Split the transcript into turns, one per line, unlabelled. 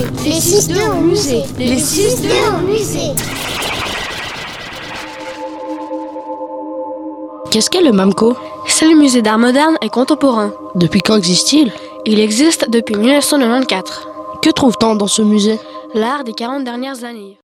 6-2 au musée.
Les 6-2
au musée.
Qu'est-ce qu'est le MAMCO
C'est le musée d'art moderne et contemporain.
Depuis quand existe-t-il
Il existe depuis 1994.
Que trouve-t-on dans ce musée
L'art des 40 dernières années.